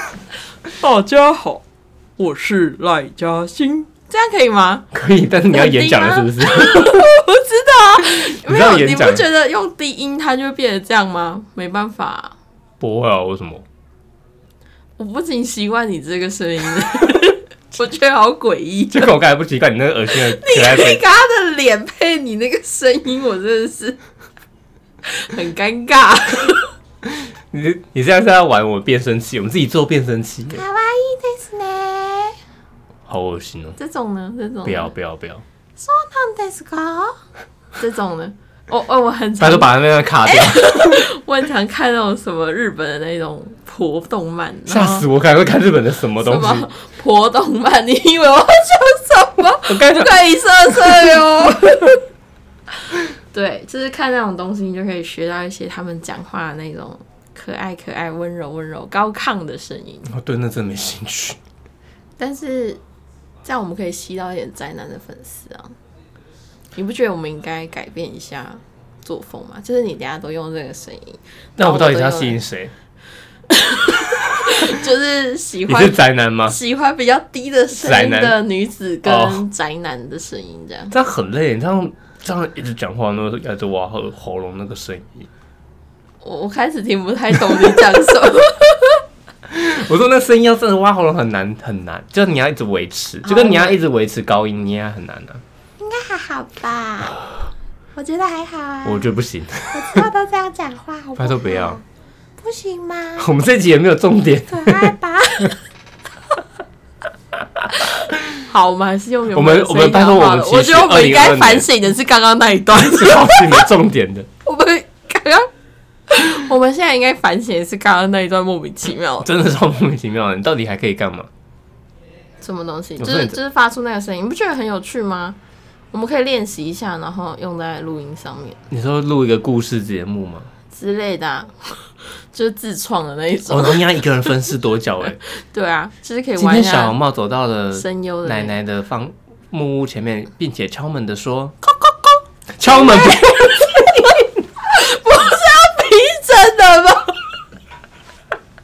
[SPEAKER 3] 大家好，我是赖嘉欣。
[SPEAKER 1] 这样可以吗？
[SPEAKER 2] 可以，但是你要演讲 了是不是？
[SPEAKER 1] 不知道啊，
[SPEAKER 2] 你
[SPEAKER 1] 没
[SPEAKER 2] 知道
[SPEAKER 1] 有，
[SPEAKER 2] 演
[SPEAKER 1] 你不
[SPEAKER 2] 讲
[SPEAKER 1] 觉得用低音它就会变成这样吗？没办法啊、
[SPEAKER 2] 不会啊，为什么？
[SPEAKER 1] 我不仅习惯你这个声音， 我觉得好诡异。
[SPEAKER 2] 这个我刚才不奇怪，你那个恶心的可爱
[SPEAKER 1] 你跟
[SPEAKER 2] 声。
[SPEAKER 1] 他的脸配你那个声音，我真的是很尴尬。
[SPEAKER 2] 你你现在是在玩我变声器，我们自己做变声器，
[SPEAKER 1] 卡哇伊ですね。
[SPEAKER 2] 好恶心哦！
[SPEAKER 1] 这种呢？这种呢
[SPEAKER 2] 不要不要不要！
[SPEAKER 1] そうなんですか？ 这种呢？哦哦，我很
[SPEAKER 2] 他
[SPEAKER 1] 常
[SPEAKER 2] 说把那个卡掉，
[SPEAKER 1] 我很常看那种什么日本的那种婆动漫，
[SPEAKER 2] 吓死我！刚才看日本的什么东
[SPEAKER 1] 然后什
[SPEAKER 2] 西
[SPEAKER 1] 么？婆动漫？你以为我要说什么？
[SPEAKER 2] 我刚才
[SPEAKER 1] 不可以色色哟。哦 对，就是看那种东西，你就可以学到一些他们讲话的那种可爱、可爱、温柔、温柔、高亢的声音。
[SPEAKER 2] 我哦对那真没兴趣。
[SPEAKER 1] 但是这样我们可以吸到一点宅男的粉丝啊！你不觉得我们应该改变一下作风吗？就是你等下都用这个声音，
[SPEAKER 2] 那我到底是要吸引谁？
[SPEAKER 1] 就是喜
[SPEAKER 2] 你
[SPEAKER 1] 欢
[SPEAKER 2] 是宅男吗？
[SPEAKER 1] 喜欢比较低的声音
[SPEAKER 2] 宅
[SPEAKER 1] 的
[SPEAKER 2] 男
[SPEAKER 1] 女子
[SPEAKER 2] 哦
[SPEAKER 1] 跟宅男的声音这样。
[SPEAKER 2] 这样很累，这样这样一直讲话，那个咬着我喉喉咙那个声音。
[SPEAKER 1] 我我开始听不太懂你讲什 么，
[SPEAKER 2] 我说那声音要真的挖喉咙很难很难，就是你要一直维持，就跟你要一直维持高音，你也很难啊。
[SPEAKER 4] 应该还好吧？我觉得还好啊。
[SPEAKER 2] 我觉得不行，
[SPEAKER 4] 我知道都这样讲话，好不
[SPEAKER 2] 拜
[SPEAKER 4] 好？
[SPEAKER 2] 托不要。
[SPEAKER 4] 不行吗？
[SPEAKER 2] 我们这集也没有重点，
[SPEAKER 4] 可爱吧？
[SPEAKER 1] 好，我们还是用原
[SPEAKER 2] 我
[SPEAKER 1] 本
[SPEAKER 2] 们
[SPEAKER 1] 的
[SPEAKER 2] 我
[SPEAKER 1] 声
[SPEAKER 2] 们
[SPEAKER 1] 音
[SPEAKER 2] 拜
[SPEAKER 1] 讲
[SPEAKER 2] 托我
[SPEAKER 1] 好
[SPEAKER 2] 们
[SPEAKER 1] 了。
[SPEAKER 2] 其
[SPEAKER 1] 我
[SPEAKER 2] 实
[SPEAKER 1] 觉得我们应该
[SPEAKER 2] 2022
[SPEAKER 1] 反省的是刚刚那一段，
[SPEAKER 2] 是要是没重点的，
[SPEAKER 1] 我们 刚刚。我们现在应该反省的是刚刚那一段莫名其妙的
[SPEAKER 2] 真的超莫名其妙的。你到底还可以干嘛？
[SPEAKER 1] 什么东西，就
[SPEAKER 2] 我说
[SPEAKER 1] 是
[SPEAKER 2] 哦你
[SPEAKER 1] 就是发出那个声音，你不觉得很有趣吗？我们可以练习一下，然后用在录音上面
[SPEAKER 2] 你说录一个故事节目吗？
[SPEAKER 1] 之类的、啊， 就是自创的那一
[SPEAKER 2] 哦，
[SPEAKER 1] 种。
[SPEAKER 2] 然后你要一个人分饰多角哎、
[SPEAKER 1] 对啊，就是可以
[SPEAKER 2] 今
[SPEAKER 1] 玩一
[SPEAKER 2] 天小
[SPEAKER 1] 下
[SPEAKER 2] 红帽走到了
[SPEAKER 1] 声优的那
[SPEAKER 2] 奶
[SPEAKER 1] 个
[SPEAKER 2] 奶的房木屋前面，并且敲门的说：“敲敲 敲！”敲门不
[SPEAKER 1] 不是要逼 真的吗？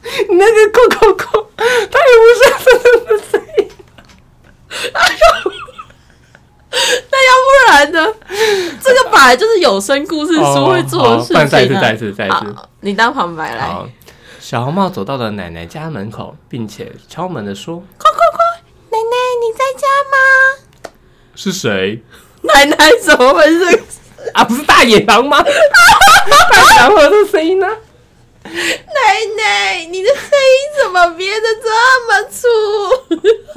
[SPEAKER 2] 那个扣扣扣，他也不是真的声音。
[SPEAKER 1] 哎那要不然呢？这个本来就是有声故事书会做的事情、啊。
[SPEAKER 2] 哦好再一次再一次再一次
[SPEAKER 1] 好你当旁白来。
[SPEAKER 2] 好，小红帽走到了奶奶家门口，并且敲门的说
[SPEAKER 4] 奶奶，你在家吗？：“
[SPEAKER 2] 是谁
[SPEAKER 1] 奶奶怎么会是？
[SPEAKER 2] 啊？不是大野 狼吗？大野狼会有这声音呢、
[SPEAKER 1] 奶奶，你的声音怎么变得这么粗？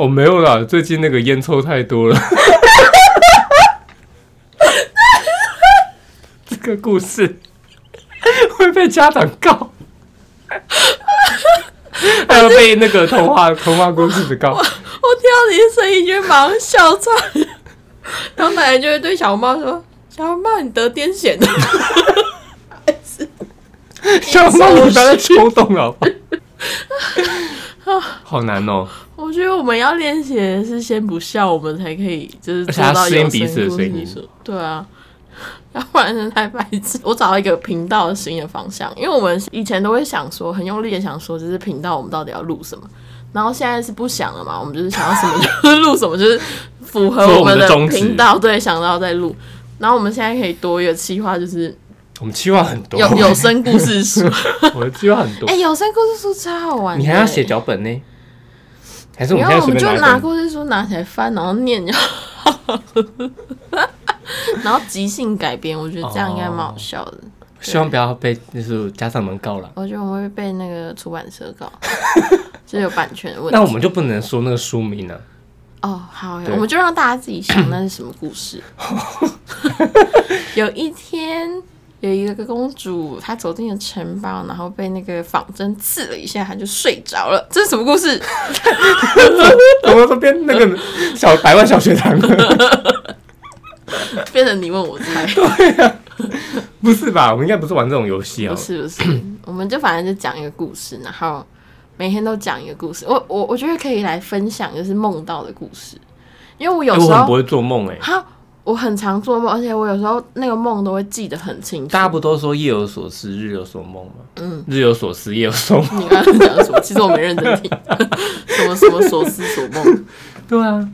[SPEAKER 2] 哦，没有啦，最近那个烟抽太多了。 这个故事会被家长告，还有被那个童话童话故事的告。
[SPEAKER 1] 我听到你的声音就会马上笑岔，然后奶奶就会对小猫说：“小猫，你得癫痫了。
[SPEAKER 2] 小猫，你不要再冲动 了好不好，好难哦！”
[SPEAKER 1] 我觉得我们要练习的是先不笑，我们才可以就是
[SPEAKER 2] 而且
[SPEAKER 1] 做
[SPEAKER 2] 要
[SPEAKER 1] 到
[SPEAKER 2] 适应
[SPEAKER 1] 有
[SPEAKER 2] 彼此的
[SPEAKER 1] 故
[SPEAKER 2] 声
[SPEAKER 1] 事
[SPEAKER 2] 音
[SPEAKER 1] 说对啊， 要不然真的太白痴。我找到一个频道的新的方向，因为我们以前都会想说，很用力的想说，就是频道我们到底要录什么。然后现在是不想了嘛，我们就是想要什么就是录什么，就是符合
[SPEAKER 2] 符合我们
[SPEAKER 1] 们
[SPEAKER 2] 的宗旨
[SPEAKER 1] 频道，对，想到再录。然后我们现在可以多一个计划，就是
[SPEAKER 2] 我们计划很多，
[SPEAKER 1] 有有声故事 书。
[SPEAKER 2] 我的计划很多
[SPEAKER 1] 哎、。有声故事书超好玩的欸、
[SPEAKER 2] 你还要写脚本呢？还是我们
[SPEAKER 1] 然
[SPEAKER 2] 现
[SPEAKER 1] 后我
[SPEAKER 2] 在随
[SPEAKER 1] 们就
[SPEAKER 2] 便拿
[SPEAKER 1] 拿
[SPEAKER 2] 一本？
[SPEAKER 1] 故事书拿起来翻，然后念 就好。然后即兴改编，我觉得这样应该蛮好笑的。
[SPEAKER 2] 希望不要被就是家长们告了。
[SPEAKER 1] 我觉得我们会被那个出版社 告，就是有版权的问题。
[SPEAKER 2] 那我们就不能说那个书名了。
[SPEAKER 1] 哦，好，
[SPEAKER 2] 对
[SPEAKER 1] 我们就让大家自己想那是什么故 事。有一天，有一个公主，她走进了城堡，然后被那个仿真刺了一下，她就睡着了。这是什么故事？
[SPEAKER 2] 我们这边 那个小百万小学堂 了，
[SPEAKER 1] 变成你问我猜。
[SPEAKER 2] 不是吧？我们应该不是玩这种游戏啊
[SPEAKER 1] 不。是不 是，我们就反正就讲一个故事，然后每天都讲一个故事。我我我觉得可以来分享，就是梦到的故事，因为我有
[SPEAKER 2] 哎
[SPEAKER 1] 时
[SPEAKER 2] 我很不
[SPEAKER 1] 候
[SPEAKER 2] 会做梦哎。
[SPEAKER 1] 哈，我很常做梦，而且我有时候那个梦都会记得很清楚
[SPEAKER 2] 大。家不都说夜有所思，日有所梦吗？嗯，日有所思，夜有所 梦。
[SPEAKER 1] 你刚刚讲什么？其实我没认真听， 什么什么所思所梦。
[SPEAKER 2] 对啊，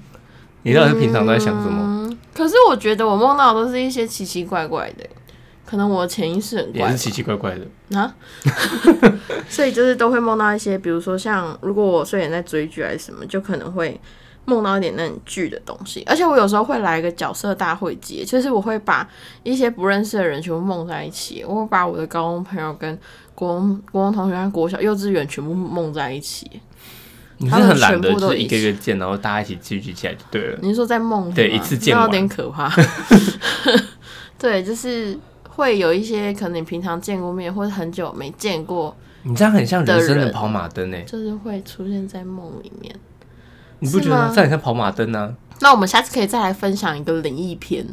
[SPEAKER 2] 你到底平常都在想什么？
[SPEAKER 1] 嗯，可是我觉得我梦到的都是一些奇奇怪怪的，可能我潜意识很
[SPEAKER 2] 也
[SPEAKER 1] 怪
[SPEAKER 2] 是。奇奇怪怪的。
[SPEAKER 1] 啊，所以就是都会梦到一些，比如说像如果我睡前在追剧还是什么，就可能会梦到一点那种剧的东西。而且我有时候会来一个角色大会集，就是我会把一些不认识的人全部梦在一起，我会把我的高中朋友跟国中国中同学、跟国小、幼稚园全部梦在一起。
[SPEAKER 2] 你是很懒
[SPEAKER 1] 他
[SPEAKER 2] 的，
[SPEAKER 1] 们全部
[SPEAKER 2] 就
[SPEAKER 1] 都
[SPEAKER 2] 是
[SPEAKER 1] 一
[SPEAKER 2] 一
[SPEAKER 1] 起嗯
[SPEAKER 2] 个一个见，然后大家一起聚集起来就对了。
[SPEAKER 1] 你是说在梦里吗
[SPEAKER 2] 对一次见
[SPEAKER 1] 那
[SPEAKER 2] 完
[SPEAKER 1] 有点可 怕。对，就是会有一些可能你平常见过面或者很久没见过，
[SPEAKER 2] 你这样很像人生
[SPEAKER 1] 的
[SPEAKER 2] 的
[SPEAKER 1] 人
[SPEAKER 2] 跑马灯哎，
[SPEAKER 1] 就是会出现在梦里面。
[SPEAKER 2] 你不觉得
[SPEAKER 1] 是
[SPEAKER 2] 吗
[SPEAKER 1] 吗
[SPEAKER 2] 这很像跑马灯啊？
[SPEAKER 1] 那我们下次可以再来分享一个灵异 篇。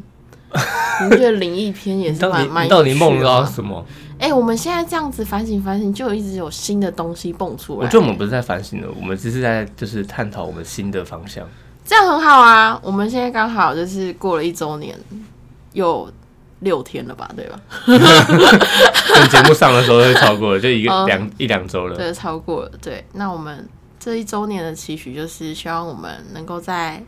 [SPEAKER 1] 你觉得灵异篇也
[SPEAKER 2] 你
[SPEAKER 1] 是
[SPEAKER 2] 到
[SPEAKER 1] 蛮
[SPEAKER 2] 底
[SPEAKER 1] 蛮
[SPEAKER 2] 你
[SPEAKER 1] 有
[SPEAKER 2] 到底
[SPEAKER 1] 趣
[SPEAKER 2] 梦
[SPEAKER 1] 的
[SPEAKER 2] 到
[SPEAKER 1] 吗？
[SPEAKER 2] 什么？
[SPEAKER 1] 哎、我们现在这样子反省反省，就一直有新的东西蹦出来。
[SPEAKER 2] 我觉得我们不是在反省了，我们只是在就是探讨我们新的方向。
[SPEAKER 1] 这样很好啊。我们现在刚好就是过了一周年，有六天了吧，对吧？
[SPEAKER 2] 等节目上的时候就超过了，就一个
[SPEAKER 1] 哦
[SPEAKER 2] 两一两周了。
[SPEAKER 1] 对，超过了。对，那我们这一周年的期许就是希望我们能够在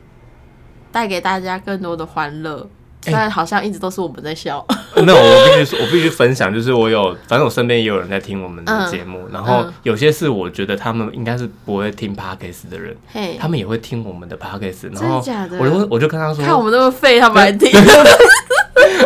[SPEAKER 1] 带给大家更多的欢乐。
[SPEAKER 2] 哎
[SPEAKER 1] 虽然好像一直都是我们在笑，
[SPEAKER 2] 那我必须说我必须分享，就是我有，反正我身边也有人在听我们的节目，然后
[SPEAKER 1] 嗯
[SPEAKER 2] 有些是我觉得他们应该是不会听 podcast 的人，
[SPEAKER 1] 嘿
[SPEAKER 2] 他，们也会听我们的 podcast，
[SPEAKER 1] 真
[SPEAKER 2] 然
[SPEAKER 1] 的
[SPEAKER 2] 后
[SPEAKER 1] 假的
[SPEAKER 2] 我就我就跟
[SPEAKER 1] 看我
[SPEAKER 2] 他说，
[SPEAKER 1] 们那么废，他们还 听。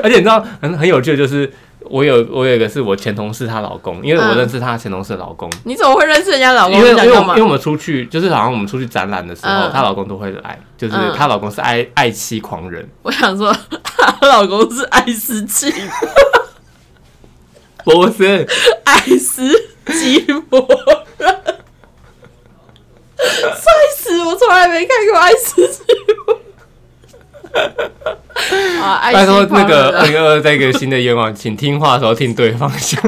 [SPEAKER 2] 而且你知道很很有趣的就是。我有我有一个是我前同事她老公，因为我
[SPEAKER 1] 嗯
[SPEAKER 2] 认识她前同事的老公，
[SPEAKER 1] 你怎么会认识人家老公？
[SPEAKER 2] 因为
[SPEAKER 1] 你
[SPEAKER 2] 因
[SPEAKER 1] 想
[SPEAKER 2] 为我
[SPEAKER 1] 干
[SPEAKER 2] 们
[SPEAKER 1] 嘛
[SPEAKER 2] 因为？我们出去就是好像我们出去展览的时候，
[SPEAKER 1] 嗯
[SPEAKER 2] 她老公都会来，就是
[SPEAKER 1] 嗯
[SPEAKER 2] 她老公是爱爱妻狂人，
[SPEAKER 1] 我想说，她老公是爱斯基
[SPEAKER 2] 不是
[SPEAKER 1] 爱斯基摩人，帅死！我从来没看过爱斯基摩。啊，爱
[SPEAKER 2] 拜
[SPEAKER 1] 斯
[SPEAKER 2] 托，
[SPEAKER 1] 基摩
[SPEAKER 2] 那个
[SPEAKER 1] 人
[SPEAKER 2] 二零二二再一个新的愿望，请听话的时候听对方 向。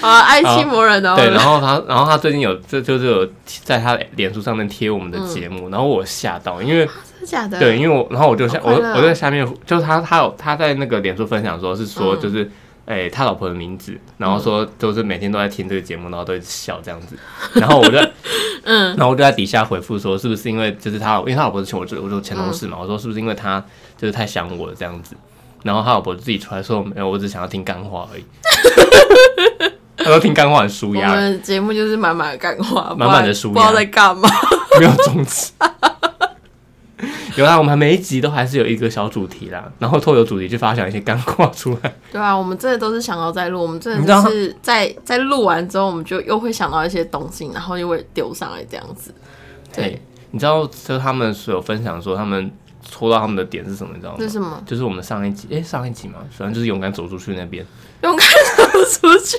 [SPEAKER 1] 啊，爱斯基摩人哦。
[SPEAKER 2] 对，然后他，然后他最近有，这就是有在他脸书上面贴我们的节目，然后我吓到，因为
[SPEAKER 1] 真的假嗯的？
[SPEAKER 2] 对，因为我，然后我就下
[SPEAKER 1] 好
[SPEAKER 2] 我
[SPEAKER 1] 快乐哦
[SPEAKER 2] 我在下面，就是他他有他在那个脸书分享说是说
[SPEAKER 1] 嗯
[SPEAKER 2] 就是。哎、他老婆的名字，然后说就是每天都在听这个节目，然后都一直笑这样子，然后我就，嗯， 然后我就在底下回复说，是不是因为就是他，因为他老婆是前我就我就前同事
[SPEAKER 1] 嗯
[SPEAKER 2] 嘛，我说是不是因为他就是太想我了这样子，然后他老婆自己出来说没有，我只想要听干话 而已，他说听干话很舒
[SPEAKER 1] 我
[SPEAKER 2] 压，
[SPEAKER 1] 们的节目就是满满的干话，
[SPEAKER 2] 满满的舒
[SPEAKER 1] 不
[SPEAKER 2] 压
[SPEAKER 1] 知道在干嘛。
[SPEAKER 2] 没有宗旨。有啦，我们每一集都还是有一个小主题啦，然后透过主题去发想一些干话出来。
[SPEAKER 1] 对啊，我们真的都是想要再录，我们真
[SPEAKER 2] 你知道
[SPEAKER 1] 的就是在在录完之后，我们就又会想到一些东西，然后又会丢上来这样子。对
[SPEAKER 2] 哎嘿，你知道，就他们所有分享说，他们戳到他们的点是什么，你知道吗
[SPEAKER 1] 这？是什么？
[SPEAKER 2] 就是我们上一集，哎、上一集嘛，反正就是勇敢走出去那边。
[SPEAKER 1] 勇敢走出去！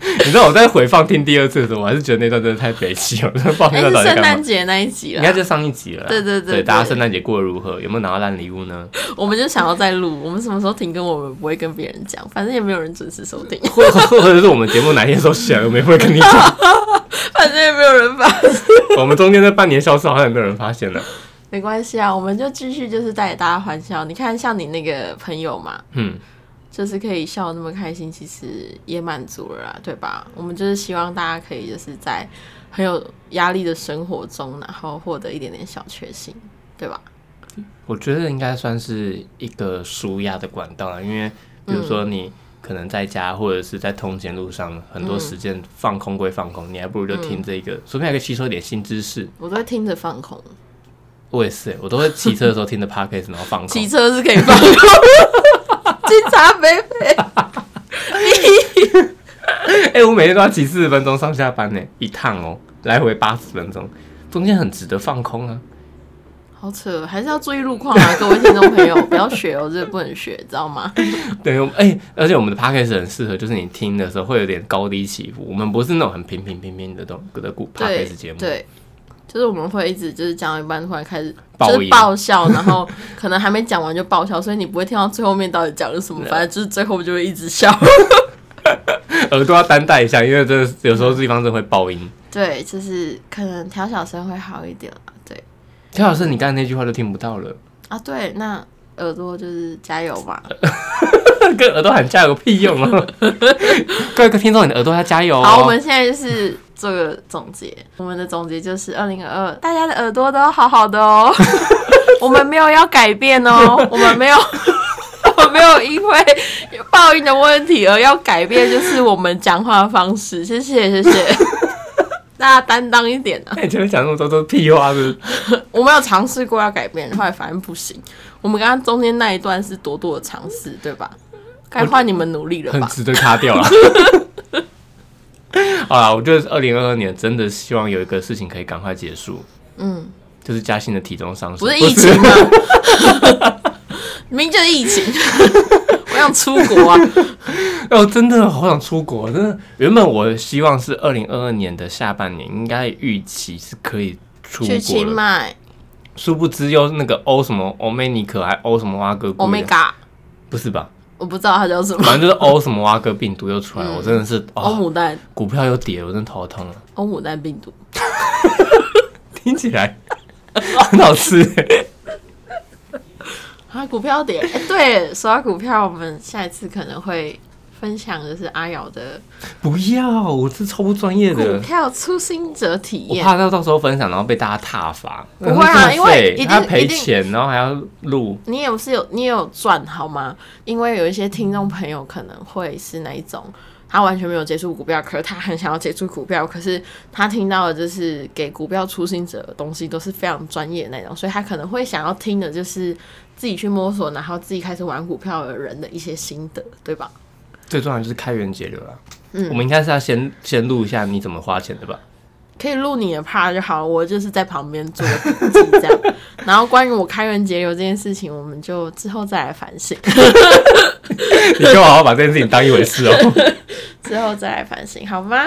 [SPEAKER 2] 你知道我在回放听第二次的时候，我还是觉得那段真的太悲戚了。那放
[SPEAKER 1] 哎、
[SPEAKER 2] 那段
[SPEAKER 1] 是
[SPEAKER 2] 到底
[SPEAKER 1] 圣
[SPEAKER 2] 干
[SPEAKER 1] 诞
[SPEAKER 2] 嘛？
[SPEAKER 1] 节那一集
[SPEAKER 2] 应该
[SPEAKER 1] 了，
[SPEAKER 2] 就上一集了啦。
[SPEAKER 1] 对对对
[SPEAKER 2] 对
[SPEAKER 1] 对
[SPEAKER 2] 大家圣诞节过得如何？有没有拿到烂礼物呢？
[SPEAKER 1] 我们就想要再录。我们什么时候停更，我们不会跟别人讲，反正也没有人准时收听，
[SPEAKER 2] 或或者是我们节目哪天收起来，我们也不会跟你讲。
[SPEAKER 1] 反正也没有人发
[SPEAKER 2] 我们中间那半年消失，好像也没有人发现了。
[SPEAKER 1] 没关系啊，我们就继续就是带给大家欢笑。你看，像你那个朋友嘛，
[SPEAKER 2] 嗯，
[SPEAKER 1] 就是可以笑那么开心，其实也满足了啦，对吧？我们就是希望大家可以就是在很有压力的生活中，然后获得一点点小确幸，对吧？
[SPEAKER 2] 我觉得应该算是一个舒压的管道啊，因为比如说你可能在家或者是在通勤路上，很多时间放空归放空，你还不如就听这
[SPEAKER 1] 嗯
[SPEAKER 2] 个，说不定还可以吸收一点新知识。
[SPEAKER 1] 我都会听着放空，
[SPEAKER 2] 我也是欸、我都会骑车的时候听着 podcast，然后放
[SPEAKER 1] 骑
[SPEAKER 2] 空。
[SPEAKER 1] 车是可以放 空。警察贝贝，
[SPEAKER 2] 哎、我每天都要骑四十分钟上下班呢、一趟哦、来回八十分钟，中间很值得放空啊。
[SPEAKER 1] 好扯，还是要注意路况啊，各位听众朋友，不要学哦，这个不能学，知道吗？
[SPEAKER 2] 对，我们哎、而且我们的 podcast 很适合，就是你听的时候会有点高低起伏。我们不是那种很平平平平的东的故 podcast 节目，
[SPEAKER 1] 对，就是我们会一直就是讲到一半，突然开始
[SPEAKER 2] 爆
[SPEAKER 1] 就是
[SPEAKER 2] 音
[SPEAKER 1] 爆笑，然 后可能还没讲完就爆笑，所以你不会听到最后面到底讲了什么，反正就是最后就会一直笑。
[SPEAKER 2] 耳朵要担待一下，因为真的是有时候地方真的会爆音。
[SPEAKER 1] 对，就是可能调小声会好一点啦。对
[SPEAKER 2] 田老师，你刚才那句话都听不到 了，
[SPEAKER 1] 啊，对，那耳朵就是加油吧。
[SPEAKER 2] 跟耳朵喊加油有屁用 啊！各位听众，你的耳朵要加油哦。
[SPEAKER 1] 好，我们现在就是做个总结，我们的总结就是二零二二，大家的耳朵都好好的哦， 我们没有要改变哦，我们没有。 我没有因为报应的问题而要改变，就是我们讲话的方式。谢谢，谢谢，大家担当一点啊！
[SPEAKER 2] 哎前面讲那么多都是屁话，是不是？
[SPEAKER 1] 我们有尝试过要改变，后来发现不行。我们刚刚中间那一段是多多的尝试，对吧？该换你们努力了
[SPEAKER 2] 很
[SPEAKER 1] 吧？
[SPEAKER 2] 值得卡掉了。啊 好啦，我觉得二零二二年真的希望有一个事情可以赶快结束，
[SPEAKER 1] 嗯，
[SPEAKER 2] 就是嘉欣的体重上升，
[SPEAKER 1] 不是疫情吗？明明就是疫 情，我想出国啊！
[SPEAKER 2] 哦，真的好想出国，真的。原本我希望是二零二二年的下半年，应该预期是可以出
[SPEAKER 1] 去
[SPEAKER 2] 国
[SPEAKER 1] 清
[SPEAKER 2] 了。
[SPEAKER 1] 迈
[SPEAKER 2] 殊不知又那个欧什么欧美尼克还欧什么蛙哥病毒，
[SPEAKER 1] ，Omega，
[SPEAKER 2] 不是吧？
[SPEAKER 1] 我不知道它叫什么，
[SPEAKER 2] 反正就是欧什么蛙哥病毒又出来，我真 的是
[SPEAKER 1] 欧
[SPEAKER 2] 哦，
[SPEAKER 1] 姆蛋，
[SPEAKER 2] 股票又跌，我真的头痛了。
[SPEAKER 1] 欧姆蛋病毒。
[SPEAKER 2] 听起来 很好吃，
[SPEAKER 1] 啊，股票点，哎、对，说到股票，我们下一次可能会分享就是阿瑶的
[SPEAKER 2] 不要，我是超不专业
[SPEAKER 1] 股
[SPEAKER 2] 的。
[SPEAKER 1] 票初心者体
[SPEAKER 2] 我
[SPEAKER 1] 验。
[SPEAKER 2] 怕到到时候分享，然后被大家挞伐。
[SPEAKER 1] 不会啊
[SPEAKER 2] 很
[SPEAKER 1] 因为
[SPEAKER 2] 费
[SPEAKER 1] 一定
[SPEAKER 2] 他赔
[SPEAKER 1] 一定
[SPEAKER 2] 钱，然后还要录。
[SPEAKER 1] 你也是有，你也有赚好吗？因为有一些听众朋友可能会是那一种，他完全没有接触股票，可是他很想要接触股票，可是他听到的就是给股票初心者的东西都是非常专业的那种，所以他可能会想要听的就是自己去摸索，然后自己开始玩股票的人的一些心得，对吧？
[SPEAKER 2] 最重要的就是开源节流啦。
[SPEAKER 1] 嗯
[SPEAKER 2] 我们应该是要先先录一下你怎么花钱 的吧？
[SPEAKER 1] 可以录你的 part 就好了，我就是在旁边做个笔记这样。 然后关于我开源节流这件事情，我们就之后再来反省。
[SPEAKER 2] 你给我好好把这件事情当一回事哦。
[SPEAKER 1] 之后再来反省好吗？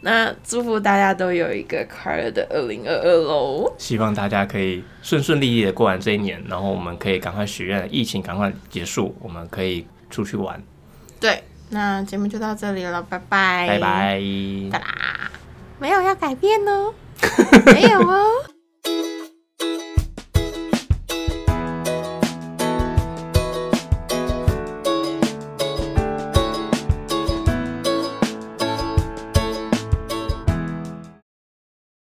[SPEAKER 1] 那祝福大家都有一个快乐的二零二二喽！
[SPEAKER 2] 希望大家可以顺顺利利的过完这一年，然后我们可以赶快许愿，疫情赶快结束，我们可以出去玩。
[SPEAKER 1] 对，那节目就到这里了，拜拜，
[SPEAKER 2] 拜拜。
[SPEAKER 1] 哒啦，
[SPEAKER 4] 没有要改变哦。
[SPEAKER 1] 没有哦。